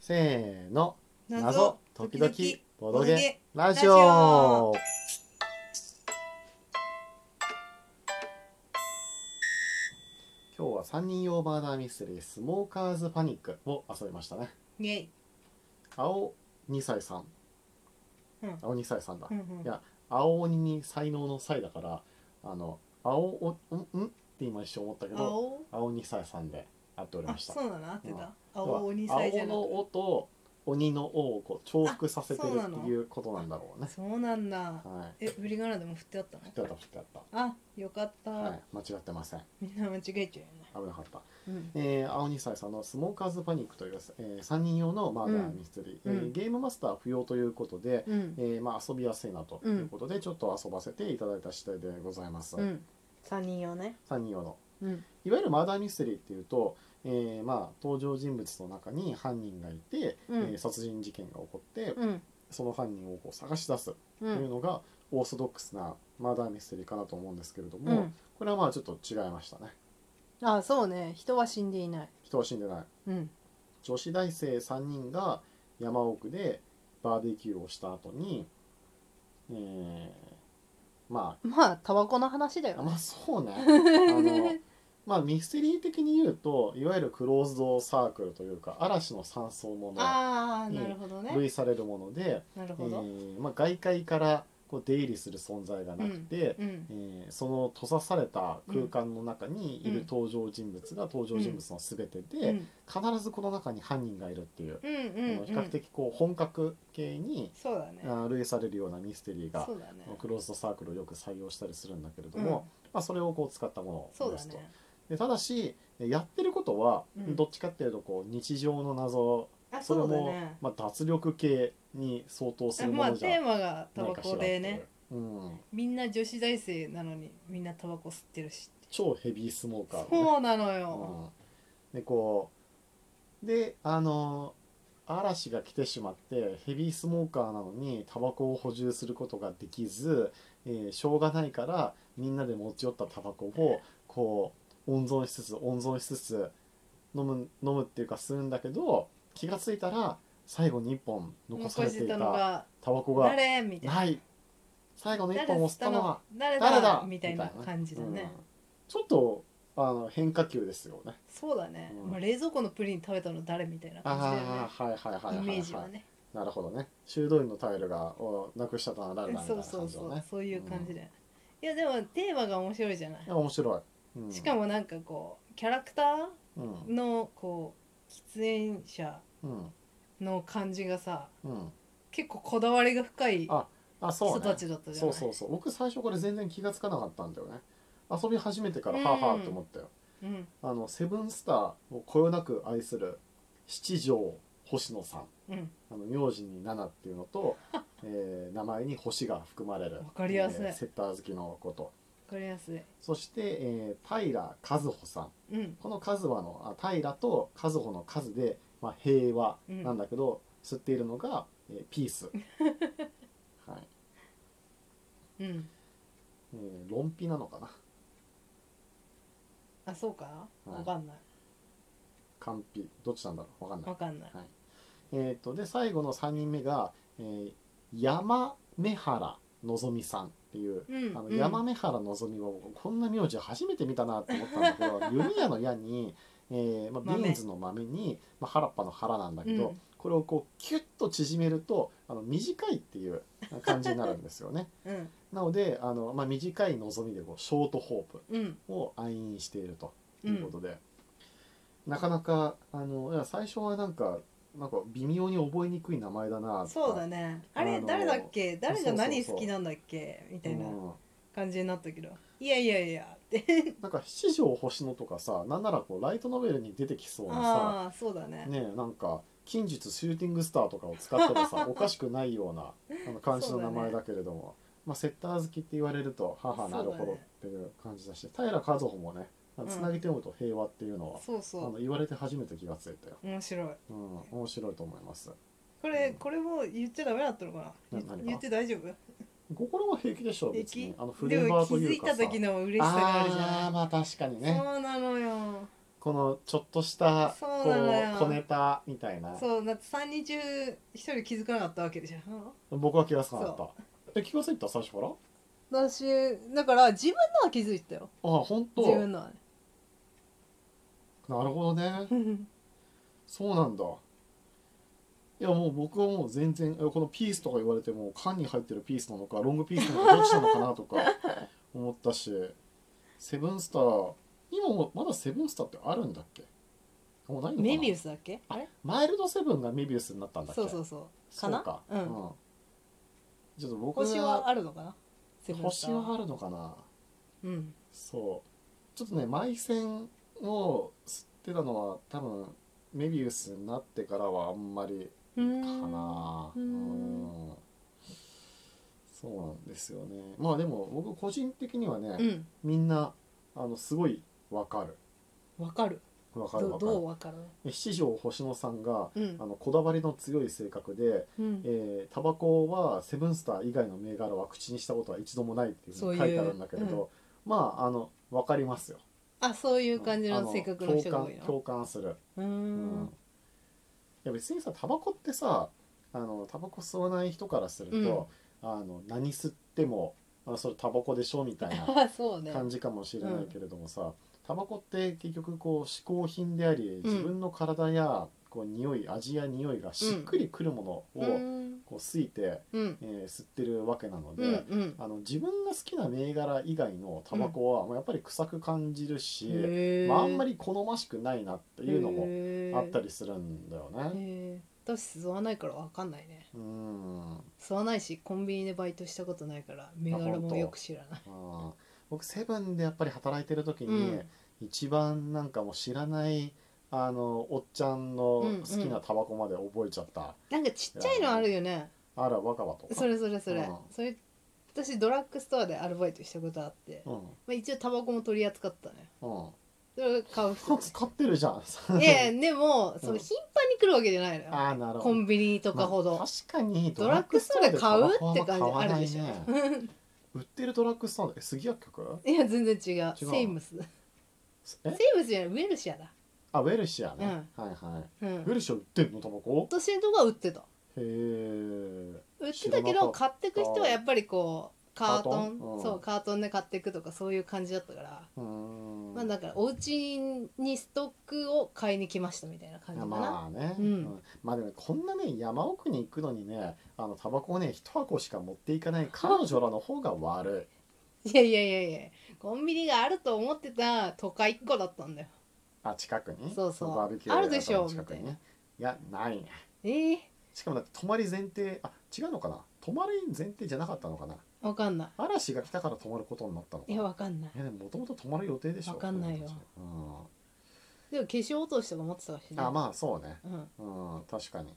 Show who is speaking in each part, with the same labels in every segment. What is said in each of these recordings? Speaker 1: せーの謎
Speaker 2: 謎
Speaker 1: 時
Speaker 2: 時
Speaker 1: 々
Speaker 2: 々
Speaker 1: ボ
Speaker 2: ボ
Speaker 1: ド
Speaker 2: ド
Speaker 1: ゲ
Speaker 2: ゲ
Speaker 1: ラジ
Speaker 2: ジオ
Speaker 1: オ今日は3人用バーダーミステリースモーカーズパニックを遊びましたね
Speaker 2: イェイ
Speaker 1: 青2歳さん、
Speaker 2: うん
Speaker 1: 青2歳さんだ、
Speaker 2: うんうん
Speaker 1: いや青鬼に才能の才だからあの青おんんって今一瞬思ったけど
Speaker 2: 青
Speaker 1: 青2歳さんで会っており
Speaker 2: あ
Speaker 1: ました
Speaker 2: そうなの合ってた
Speaker 1: 要は
Speaker 2: 青鬼祭じゃな
Speaker 1: 青
Speaker 2: く
Speaker 1: の「お」と鬼の「お」をこう重複させて
Speaker 2: あそ
Speaker 1: る
Speaker 2: う
Speaker 1: っ
Speaker 2: なの
Speaker 1: ていうことなんだろうね
Speaker 2: てそうなんだ
Speaker 1: はい
Speaker 2: え振り仮名でも振ってあったの
Speaker 1: 振ってあった振ってあっ
Speaker 2: あよかった
Speaker 1: はい
Speaker 2: た
Speaker 1: 間違ってません
Speaker 2: みんな間違えちゃ
Speaker 1: 危なかった
Speaker 2: うよね
Speaker 1: えー、青二歳さんのスモーカーズパニックという、えー、3人用のマーダーミステリー、
Speaker 2: うん
Speaker 1: えーゲームマスター不要ということで、
Speaker 2: うんうん
Speaker 1: えーまあ、遊びやすいなということで、ちょっと遊ばせていただいた次第でございます、
Speaker 2: う
Speaker 1: 三
Speaker 2: ん三人用ね
Speaker 1: 3人用の
Speaker 2: うん
Speaker 1: いわゆるマーダーミステリーっていうと、えーまあ、登場人物の中に犯人がいて、
Speaker 2: うん
Speaker 1: えー殺人事件が起こって、
Speaker 2: うん
Speaker 1: その犯人をこう探し出す
Speaker 2: う
Speaker 1: というんのがオーソドックスなマーダーミステリーかなと思うんですけれど
Speaker 2: う
Speaker 1: も、
Speaker 2: ん
Speaker 1: これはまあちょっと違いましたね
Speaker 2: あそうね人は死んでいない
Speaker 1: 人は死んでない
Speaker 2: うん
Speaker 1: 女子大生3人が山奥でバーベキューをした後に、えーま
Speaker 2: まあタバコの話だ
Speaker 1: ああ
Speaker 2: よ
Speaker 1: まあそう ねあのまあミステリー的に言うといわゆるクローズドサークルというか嵐の三層もの
Speaker 2: ああなるほどね
Speaker 1: 類されるもので、
Speaker 2: な
Speaker 1: え
Speaker 2: るほど
Speaker 1: ーまあ、外界からこう出入りする存在がなくて、
Speaker 2: うん
Speaker 1: えーその閉ざされた空間の中にいる登場人物が登場人物の全て
Speaker 2: う
Speaker 1: で、
Speaker 2: ん
Speaker 1: 必ずこの中に犯人がいるっていう、
Speaker 2: うんう
Speaker 1: あ
Speaker 2: ん
Speaker 1: の
Speaker 2: うん
Speaker 1: 比較的こう本格系に
Speaker 2: そうだね
Speaker 1: あー類されるようなミステリーが、
Speaker 2: そうだね
Speaker 1: クローズドサークルをよく採用したりするんだけれども、まあ、それをこう使ったも
Speaker 2: そ
Speaker 1: の
Speaker 2: う
Speaker 1: で
Speaker 2: だ
Speaker 1: すと。
Speaker 2: ね
Speaker 1: でただしやってることは
Speaker 2: うん
Speaker 1: どっちかっていうとこう日常の謎、
Speaker 2: あ
Speaker 1: それ
Speaker 2: そうだ
Speaker 1: も、
Speaker 2: ね
Speaker 1: まあ、脱力系に相当す
Speaker 2: あ
Speaker 1: るも
Speaker 2: まあ
Speaker 1: のじゃな
Speaker 2: テー
Speaker 1: い
Speaker 2: マがタバ
Speaker 1: かしらっ
Speaker 2: コ
Speaker 1: てい
Speaker 2: で
Speaker 1: う
Speaker 2: ね、
Speaker 1: うん、
Speaker 2: みんな女子大生なのにみんなタバコ吸ってるし
Speaker 1: 超ヘビースモーカーのね
Speaker 2: そうなのよ、
Speaker 1: うん、でこうであの嵐が来てしまってヘビースモーカーなのにタバコを補充することができず、えーしょうがないからみんなで持ち寄ったタバコをこう温存しつつ温存しつつ飲む飲むっていうか吸うんだけど気がついたら最後に1本残さ
Speaker 2: 残
Speaker 1: れ
Speaker 2: して
Speaker 1: い
Speaker 2: た
Speaker 1: た
Speaker 2: の
Speaker 1: タ
Speaker 2: が
Speaker 1: バコが
Speaker 2: 誰みたいな
Speaker 1: ない最後の1
Speaker 2: 誰
Speaker 1: 本を吸
Speaker 2: 吸っ
Speaker 1: ったたのは
Speaker 2: の誰だ
Speaker 1: 誰だ
Speaker 2: みたいな
Speaker 1: みたいな
Speaker 2: 感じだね、
Speaker 1: うんちょっとあの変化球ですよね。
Speaker 2: そうだね、
Speaker 1: うん
Speaker 2: まあ、冷蔵庫のプリン食べたの誰みたいな感じだよね
Speaker 1: ああはいはいはいはい、はい、
Speaker 2: イメージはね
Speaker 1: なるほどね修道院のタイルがおなくしちゃったのは誰だみた
Speaker 2: そ
Speaker 1: いうな
Speaker 2: そ
Speaker 1: 感
Speaker 2: う
Speaker 1: じ
Speaker 2: そ
Speaker 1: の
Speaker 2: う
Speaker 1: ね
Speaker 2: そういう感じだよ、いやでもテーマが面白いじゃない
Speaker 1: いや面白い、うん、
Speaker 2: しかもなんかこうキャラクター
Speaker 1: うん
Speaker 2: のこう喫煙者
Speaker 1: うん
Speaker 2: の感じがさ
Speaker 1: うん
Speaker 2: 結構こだわりが深い
Speaker 1: ああそう
Speaker 2: 人
Speaker 1: ね
Speaker 2: たちだったじゃ
Speaker 1: そ
Speaker 2: な
Speaker 1: う
Speaker 2: い
Speaker 1: そうそう僕最初これ全然気がつかなかったんだよね遊び始めてから
Speaker 2: うん
Speaker 1: はあはあって思ったよ、
Speaker 2: うん
Speaker 1: あのセブンスターをこよなく愛する七条星野さん
Speaker 2: うん
Speaker 1: あの名字に七っていうの と、えー名前に星が含まれる
Speaker 2: わかりやすい
Speaker 1: えーセッター好きのこと
Speaker 2: わかりやすい
Speaker 1: そして、えー、平和穂さん
Speaker 2: うん
Speaker 1: この和和のあ平と和穂の数で、まあ、平和なんだけど、吸っているのが、えーピー ス、はい
Speaker 2: うん
Speaker 1: えー、論皮なのかな
Speaker 2: あそうか
Speaker 1: うん
Speaker 2: わかんない
Speaker 1: 完皮どっちなんだろうわかんない
Speaker 2: わ、かんない
Speaker 1: えー、とで最後の3人目が、えー、山目原のぞみさんっていう、
Speaker 2: うん
Speaker 1: あの
Speaker 2: うん
Speaker 1: 山目原のぞみは僕こんな名字初めて見たなって思ったんだけど弓矢の矢に、えーまあ、ビ
Speaker 2: 豆
Speaker 1: ーンズの豆に、まあ、原っぱの原なんだけど、
Speaker 2: うん
Speaker 1: これをこうキュッと縮めるとあの短いっていう感じになるんですよね
Speaker 2: うん
Speaker 1: なのであの、まあ、短い望みでこうショートホープ
Speaker 2: うん
Speaker 1: を愛飲していると
Speaker 2: う
Speaker 1: いうこ
Speaker 2: ん
Speaker 1: とで、なかなかあのいや最初はなんかなんか微妙に覚えにくい名前だなとか
Speaker 2: そうだね
Speaker 1: あ
Speaker 2: あ
Speaker 1: の
Speaker 2: れ誰だっけ誰が何
Speaker 1: そうそうそう
Speaker 2: 好きなんだっけみた
Speaker 1: う
Speaker 2: いなん感じになったけどいやいやいやって
Speaker 1: なんか七条星野とかさなんならこうライトノベルに出てきそうなさ
Speaker 2: ああーそうだね
Speaker 1: ねえなんか近日シューティングスターとかを使っても さおかしくないようなあの漢字の名前だけれども、まあ、セッター好きって言われると「ははなる
Speaker 2: そ
Speaker 1: ほ
Speaker 2: うだ
Speaker 1: ど」っ
Speaker 2: ね
Speaker 1: ていう感じだし、平和穂もね
Speaker 2: ん
Speaker 1: つなげて読むと「平和」っていうのは、
Speaker 2: そう
Speaker 1: あの
Speaker 2: そ
Speaker 1: 言われて初めて気がついたよ、
Speaker 2: う面白い
Speaker 1: うん、面白いと思います
Speaker 2: これこれも言っちゃダメだったのかな
Speaker 1: な何が
Speaker 2: 言って大丈夫
Speaker 1: 心は平気でしょ
Speaker 2: 平
Speaker 1: 別に
Speaker 2: 気
Speaker 1: あのフ
Speaker 2: で
Speaker 1: レー
Speaker 2: も
Speaker 1: バー
Speaker 2: 気
Speaker 1: と
Speaker 2: づ
Speaker 1: い
Speaker 2: いう
Speaker 1: か
Speaker 2: た
Speaker 1: さ
Speaker 2: 時の嬉しさがあるじ
Speaker 1: あ
Speaker 2: ゃ
Speaker 1: あーまあ確かに
Speaker 2: ない
Speaker 1: ね
Speaker 2: そうなのよ
Speaker 1: このちょっとした
Speaker 2: そう
Speaker 1: こ
Speaker 2: なのよ
Speaker 1: う小ネタみたいな
Speaker 2: そうだって3人中一人気づかなかったわけでしょ
Speaker 1: 僕は気がつかなかったえ気がついた最初からあ
Speaker 2: 私だから自分のは気づいたよ
Speaker 1: 本当
Speaker 2: 自分のは
Speaker 1: なるほどね
Speaker 2: ね
Speaker 1: そうなんだいやもう僕はもう全然えこのピースとか言われても缶に入ってるピースなのかロングピースなのかどっちなのかなと か思ったしセブンスター今もまだセブンスターってあるんだっけもうないのかな
Speaker 2: メビウスだっけあれ
Speaker 1: マイルドセブンがメビウスになったんだっけ
Speaker 2: そうそうそ
Speaker 1: そう
Speaker 2: か
Speaker 1: か
Speaker 2: なうん
Speaker 1: ちょっと
Speaker 2: う
Speaker 1: 僕
Speaker 2: 星は
Speaker 1: は
Speaker 2: あるのかなセブンス
Speaker 1: 星
Speaker 2: ター
Speaker 1: はあるのかな
Speaker 2: うん
Speaker 1: そうちょっとね埋線を吸ってたのは多分メビウスになってからはあんまり
Speaker 2: う
Speaker 1: か
Speaker 2: ーん
Speaker 1: な
Speaker 2: う
Speaker 1: うんんそうなんですよねまあでも僕個人的にはね、
Speaker 2: うん
Speaker 1: みんなあのすごいわかる
Speaker 2: わかる
Speaker 1: わかる
Speaker 2: ど
Speaker 1: わか
Speaker 2: ど
Speaker 1: る
Speaker 2: うわかる
Speaker 1: え七条星野さんが
Speaker 2: うん
Speaker 1: あのこだわりの強い性格で
Speaker 2: うん
Speaker 1: えータバコはセブンスター以外の銘柄は口にしたことは一度もないっていうふうに書いてあるんだけれ
Speaker 2: そういう
Speaker 1: どまああの分かりますよ
Speaker 2: あそういう感じの性格の人が多
Speaker 1: あ
Speaker 2: い
Speaker 1: の共感
Speaker 2: の
Speaker 1: 共感する、
Speaker 2: うー
Speaker 1: うんい
Speaker 2: ん
Speaker 1: や別にさタバコってさあのタバコ吸わない人からすると、あの何吸ってもあそれタバコでしょみたい な
Speaker 2: あそうね
Speaker 1: 感じかもしれないけれどもさ、タバコって結局こう嗜好品であり自分の体やこう匂い味や匂いがしっくりくるもの
Speaker 2: う
Speaker 1: を、
Speaker 2: ん
Speaker 1: こう吸いて、
Speaker 2: うん
Speaker 1: えー吸ってるわけなので、
Speaker 2: うんうん
Speaker 1: あの自分が好きな銘柄以外のタバコはもうやっぱり臭く感じるし、
Speaker 2: へー
Speaker 1: まあ、あんまり好ましくないなっていうのもあった
Speaker 2: り
Speaker 1: りするんだよね。
Speaker 2: 私吸わないからわかんないね
Speaker 1: うん、うん
Speaker 2: 吸わないしコンビニでバイトしたことないから銘
Speaker 1: あ
Speaker 2: 柄
Speaker 1: 本
Speaker 2: も
Speaker 1: 当
Speaker 2: よく知らない
Speaker 1: 僕セブンでやっぱり働いてる時
Speaker 2: う
Speaker 1: に、
Speaker 2: ん
Speaker 1: 一番なんかもう知らないあのおっちゃんの好きなタバコまで覚えちゃった、
Speaker 2: なんかちっちゃいのあるよね
Speaker 1: あら若葉とか。
Speaker 2: それそれそれ
Speaker 1: うん
Speaker 2: それ私ドラッグストアでアルバイトしたことあって
Speaker 1: うん
Speaker 2: まあ一応タバコも取り扱ったね
Speaker 1: うん、
Speaker 2: それ買う 人
Speaker 1: 使ってるじゃん。
Speaker 2: いやいやでもその
Speaker 1: うん
Speaker 2: 頻繁に来るわけじゃないのよ
Speaker 1: ああなるほ
Speaker 2: コ
Speaker 1: ど。
Speaker 2: ンビニとかほ
Speaker 1: まあ
Speaker 2: ど
Speaker 1: 確かに
Speaker 2: ドラッグストアで買うって感じあるでしょ
Speaker 1: ドラッグストアでタバコは買わない ね売ってるドラッグストアでえ杉薬局
Speaker 2: いや全然違う
Speaker 1: 違う
Speaker 2: セイムス
Speaker 1: え
Speaker 2: セイムスじゃないウェルシアだ
Speaker 1: あウェルシアね、はいは
Speaker 2: う
Speaker 1: いウェ
Speaker 2: ん
Speaker 1: ルシア売ってんのタバコ
Speaker 2: 私のとこは売ってた
Speaker 1: へえ
Speaker 2: 売ってた
Speaker 1: 知ら
Speaker 2: け
Speaker 1: なか
Speaker 2: ど
Speaker 1: っ
Speaker 2: 買ってく人はやっぱりこうカートン
Speaker 1: カートンうん
Speaker 2: そうカートンで買ってくとかそういう感じだったから、
Speaker 1: うーん
Speaker 2: まあだからお家にストックを買いに来ましたみたいな感じかな、
Speaker 1: まあね、
Speaker 2: うん
Speaker 1: まあでもこんなね山奥に行くのにねあのタバコをね一箱しか持っていかない彼女らの方が悪い
Speaker 2: いやいやいやいやコンビニがあると思ってた都会っ子だったんだよ
Speaker 1: あ近くに
Speaker 2: そうそう
Speaker 1: バーベキューやった
Speaker 2: あるでしょ
Speaker 1: 近くに
Speaker 2: み
Speaker 1: ねいやないね
Speaker 2: えー、
Speaker 1: しかもだって泊まり前提あ違うのかな泊まり前提じゃなかったのかな
Speaker 2: わかんな
Speaker 1: 嵐が来たから泊まることになったのか
Speaker 2: いいやわかんない
Speaker 1: いやでももともと泊まる予定でしょ
Speaker 2: わかんないよ
Speaker 1: う
Speaker 2: でも化粧落としとか持ってたかし
Speaker 1: ん、あまあそうね
Speaker 2: うん、
Speaker 1: うん確かにい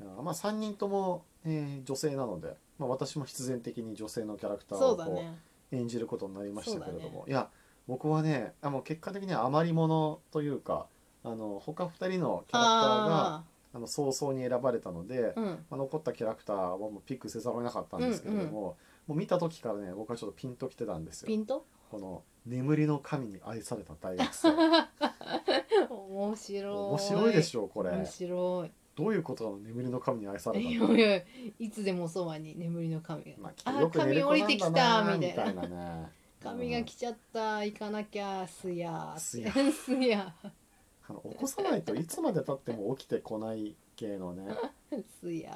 Speaker 1: やまあ3人とも、えー女性なので、まあ、私も必然的に女性のキャラクター
Speaker 2: そ
Speaker 1: を
Speaker 2: うだ
Speaker 1: こ
Speaker 2: ね
Speaker 1: う演じることになりましたけれど
Speaker 2: そうだ
Speaker 1: も、いや僕はねあもう結果的には余り物というかあの他2人のキャラクターがあ
Speaker 2: あ
Speaker 1: の早々に選ばれたので
Speaker 2: あ、ーうん
Speaker 1: まあ、残ったキャラクターはもうピックせざるを得なかったんですけれども、
Speaker 2: うんうん
Speaker 1: もう見た時からね僕はちょっとピンときてたんですよ
Speaker 2: ピ。ント
Speaker 1: この眠りの神に愛された大学 生
Speaker 2: 面白い
Speaker 1: 面白いでし
Speaker 2: ょ
Speaker 1: ょこ
Speaker 2: 面
Speaker 1: れ
Speaker 2: 白い
Speaker 1: どういうことなの眠りの神に愛された
Speaker 2: い
Speaker 1: の
Speaker 2: やいやいつでもそばに眠りの神が
Speaker 1: まあきっと
Speaker 2: あ
Speaker 1: よく寝
Speaker 2: 神
Speaker 1: る
Speaker 2: 降
Speaker 1: 子
Speaker 2: り
Speaker 1: な
Speaker 2: てきた
Speaker 1: んだな
Speaker 2: み
Speaker 1: み
Speaker 2: た
Speaker 1: た
Speaker 2: い
Speaker 1: い
Speaker 2: な
Speaker 1: なね
Speaker 2: 神が来ちゃった行かなきゃすやー
Speaker 1: すや
Speaker 2: すや
Speaker 1: あの起こさないといつまでたっても起きてこない系のね、
Speaker 2: すや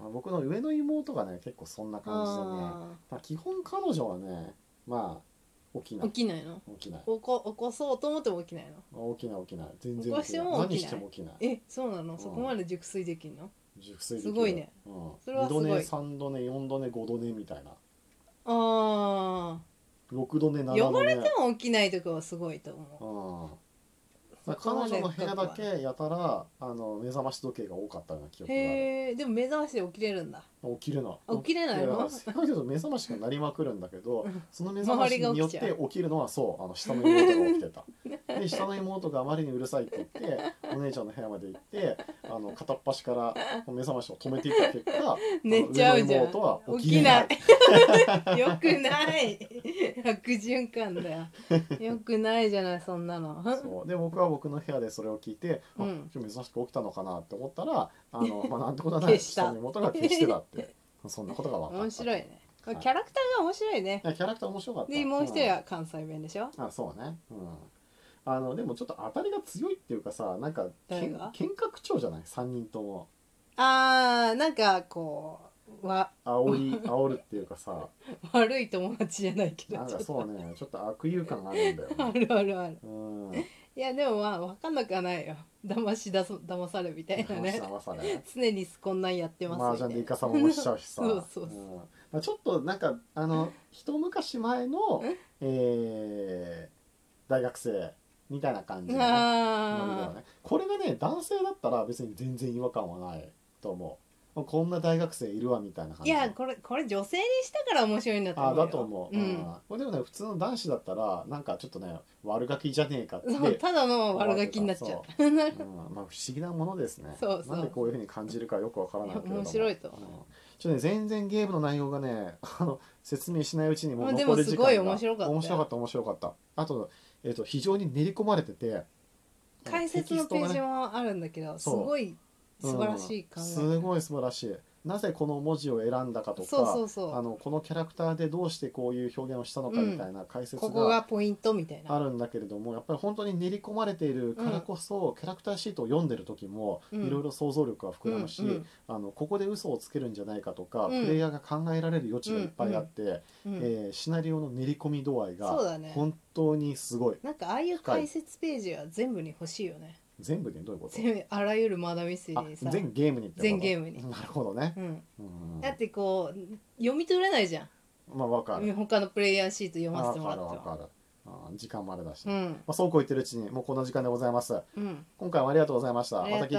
Speaker 1: う
Speaker 2: ー
Speaker 1: ん僕の上の妹がね結構そんな感じでね
Speaker 2: あ
Speaker 1: まあ、基本彼女はねまあ起きな
Speaker 2: ー
Speaker 1: い
Speaker 2: 起きないの
Speaker 1: 起きない
Speaker 2: 起こ起こそうと思っても起きないの
Speaker 1: 起きない起きない全然起きない
Speaker 2: 起こしても起
Speaker 1: 何
Speaker 2: き
Speaker 1: し
Speaker 2: ない
Speaker 1: ても起きない
Speaker 2: えそうなの
Speaker 1: ん
Speaker 2: そこまで熟睡できんの
Speaker 1: 熟睡でき
Speaker 2: す
Speaker 1: る
Speaker 2: ごいね、
Speaker 1: うん、
Speaker 2: それは
Speaker 1: 2
Speaker 2: すご
Speaker 1: 度
Speaker 2: い
Speaker 1: 寝3度寝4度寝5度寝みたいな
Speaker 2: あ
Speaker 1: 6度寝7度
Speaker 2: あ
Speaker 1: 寝
Speaker 2: 呼ばれても起きないとかはすごいと思
Speaker 1: うん、彼女の部屋だけやたらあの目覚まし時計が多かったような記
Speaker 2: う
Speaker 1: 憶がある
Speaker 2: へえでも目覚ましで起きれるんだ
Speaker 1: 起きるな
Speaker 2: 起きれないの
Speaker 1: やだから世界中の目覚ましが鳴りまくるんだけど
Speaker 2: うん
Speaker 1: その目覚ましによって
Speaker 2: 周りが
Speaker 1: 起きるのはそうあの下の妹 が起きてたで下の妹があまりにうるさいって言ってお姉ちゃんの部屋まで行ってあの片っ端から目覚ましを止めていった結果
Speaker 2: 寝ちゃうじゃ
Speaker 1: あの上の妹は
Speaker 2: ん
Speaker 1: 起きれない
Speaker 2: 起きよくない 悪循環だよよくないじゃないそんなの
Speaker 1: そうで僕は僕の部屋でそれを聞いて、
Speaker 2: う
Speaker 1: あ
Speaker 2: ん
Speaker 1: 今日珍しく起きたのかなって思ったらあ の、まあ、なんてことはない
Speaker 2: 消した
Speaker 1: 人の妹が消してたってそんなことが分かった
Speaker 2: 面白いねキ
Speaker 1: はい
Speaker 2: ャラクターが面白いね
Speaker 1: いやキャラクター面白かった
Speaker 2: でもう一人は関西弁でしょ
Speaker 1: うんあそうねうんあのでもちょっと当たりが強いっていうかさなんかけ
Speaker 2: 誰
Speaker 1: ん
Speaker 2: が
Speaker 1: 喧嘩口調じゃない3人と も
Speaker 2: あーなんかこうわ
Speaker 1: 煽り煽るっていうかさ
Speaker 2: 悪い友達じゃないけど
Speaker 1: なん
Speaker 2: ち
Speaker 1: か
Speaker 2: ょっと
Speaker 1: そうねちょっと悪友感があるん だよ
Speaker 2: あ
Speaker 1: ね
Speaker 2: るあるある
Speaker 1: うん
Speaker 2: いやでもまあ分かんなくはないよ騙しだそ騙されるみたいな
Speaker 1: 騙
Speaker 2: ね
Speaker 1: さ騙され
Speaker 2: 常にこんなんやって
Speaker 1: 麻
Speaker 2: ます
Speaker 1: 雀
Speaker 2: み
Speaker 1: で
Speaker 2: たい
Speaker 1: イ
Speaker 2: な
Speaker 1: カサマもしちゃうしさ
Speaker 2: そうそうそうん
Speaker 1: だからちょっとなんかあの一昔前の
Speaker 2: え、
Speaker 1: えー大学生みたいな感じのねノリだよ
Speaker 2: あ
Speaker 1: ねこれがね男性だったら別に全然違和感はないと思うこんな大学生いるわみたいな感
Speaker 2: ーい
Speaker 1: じ
Speaker 2: やこれこれ女性にしたから面白いんだと思
Speaker 1: あ
Speaker 2: うよ
Speaker 1: だと思う、
Speaker 2: う
Speaker 1: うん
Speaker 2: ん、
Speaker 1: これでもね普通の男子だったらなんかちょっとね悪ガキじゃねえかって
Speaker 2: そうただの悪ガキになっちゃう
Speaker 1: そううんまあ不思議なものですね
Speaker 2: そうそう
Speaker 1: なんでこういうふうに感じるかよくわからないけれども
Speaker 2: 面白いと
Speaker 1: うんちょっとね全然ゲームの内容がね あの説明しないうちにもう
Speaker 2: まあでも
Speaker 1: 残り時間が
Speaker 2: すごい面白かったよ
Speaker 1: 面白かった面白かったあと,、えっと非常に練り込まれてて
Speaker 2: 解説のペ
Speaker 1: テキス
Speaker 2: ー
Speaker 1: トが
Speaker 2: ジ
Speaker 1: ね
Speaker 2: もあるんだけど、す
Speaker 1: そう
Speaker 2: ごい素晴らしい考え、
Speaker 1: うんすごい素晴らしいなぜこの文字を選んだかとか
Speaker 2: そうそうそ
Speaker 1: あ
Speaker 2: う
Speaker 1: のこのキャラクターでどうしてこういう表現をしたのかみたいな解説
Speaker 2: ここ
Speaker 1: が
Speaker 2: がポイントみたい
Speaker 1: あ
Speaker 2: な
Speaker 1: るんだけれどもやっぱり本当に練り込まれているからこそ、キャラクターシートを読んでる時も
Speaker 2: うん
Speaker 1: いろいろ想像力が膨らむし、
Speaker 2: うんうん
Speaker 1: あのここで嘘をつけるんじゃないかとか、
Speaker 2: うん
Speaker 1: プレイヤーが考えられる余地がいっぱいあって、
Speaker 2: うん
Speaker 1: えーシナリオの練り込み度合い
Speaker 2: そう
Speaker 1: が
Speaker 2: だね
Speaker 1: 本当にすごい、
Speaker 2: なんかああいう解説ページは全部に欲しいよね
Speaker 1: 全部でどういうこと
Speaker 2: 全部あらゆるマダミステ
Speaker 1: あ
Speaker 2: リーさ
Speaker 1: 全ゲームにってこと
Speaker 2: 全ゲーム
Speaker 1: な
Speaker 2: に
Speaker 1: るほどね、
Speaker 2: うん、
Speaker 1: うん
Speaker 2: だってこう読み取れないじゃん
Speaker 1: まあわかる
Speaker 2: 他のプレイヤーシート読
Speaker 1: あ
Speaker 2: ませ
Speaker 1: わ
Speaker 2: て
Speaker 1: から
Speaker 2: もって
Speaker 1: るわ
Speaker 2: は
Speaker 1: かるあ時間までだし、
Speaker 2: う
Speaker 1: ま
Speaker 2: ん
Speaker 1: あ、そうこう言ってるうちにもうこの時間でございます
Speaker 2: うん
Speaker 1: 今回もありがとうございました
Speaker 2: ありがと
Speaker 1: また聞
Speaker 2: う
Speaker 1: いて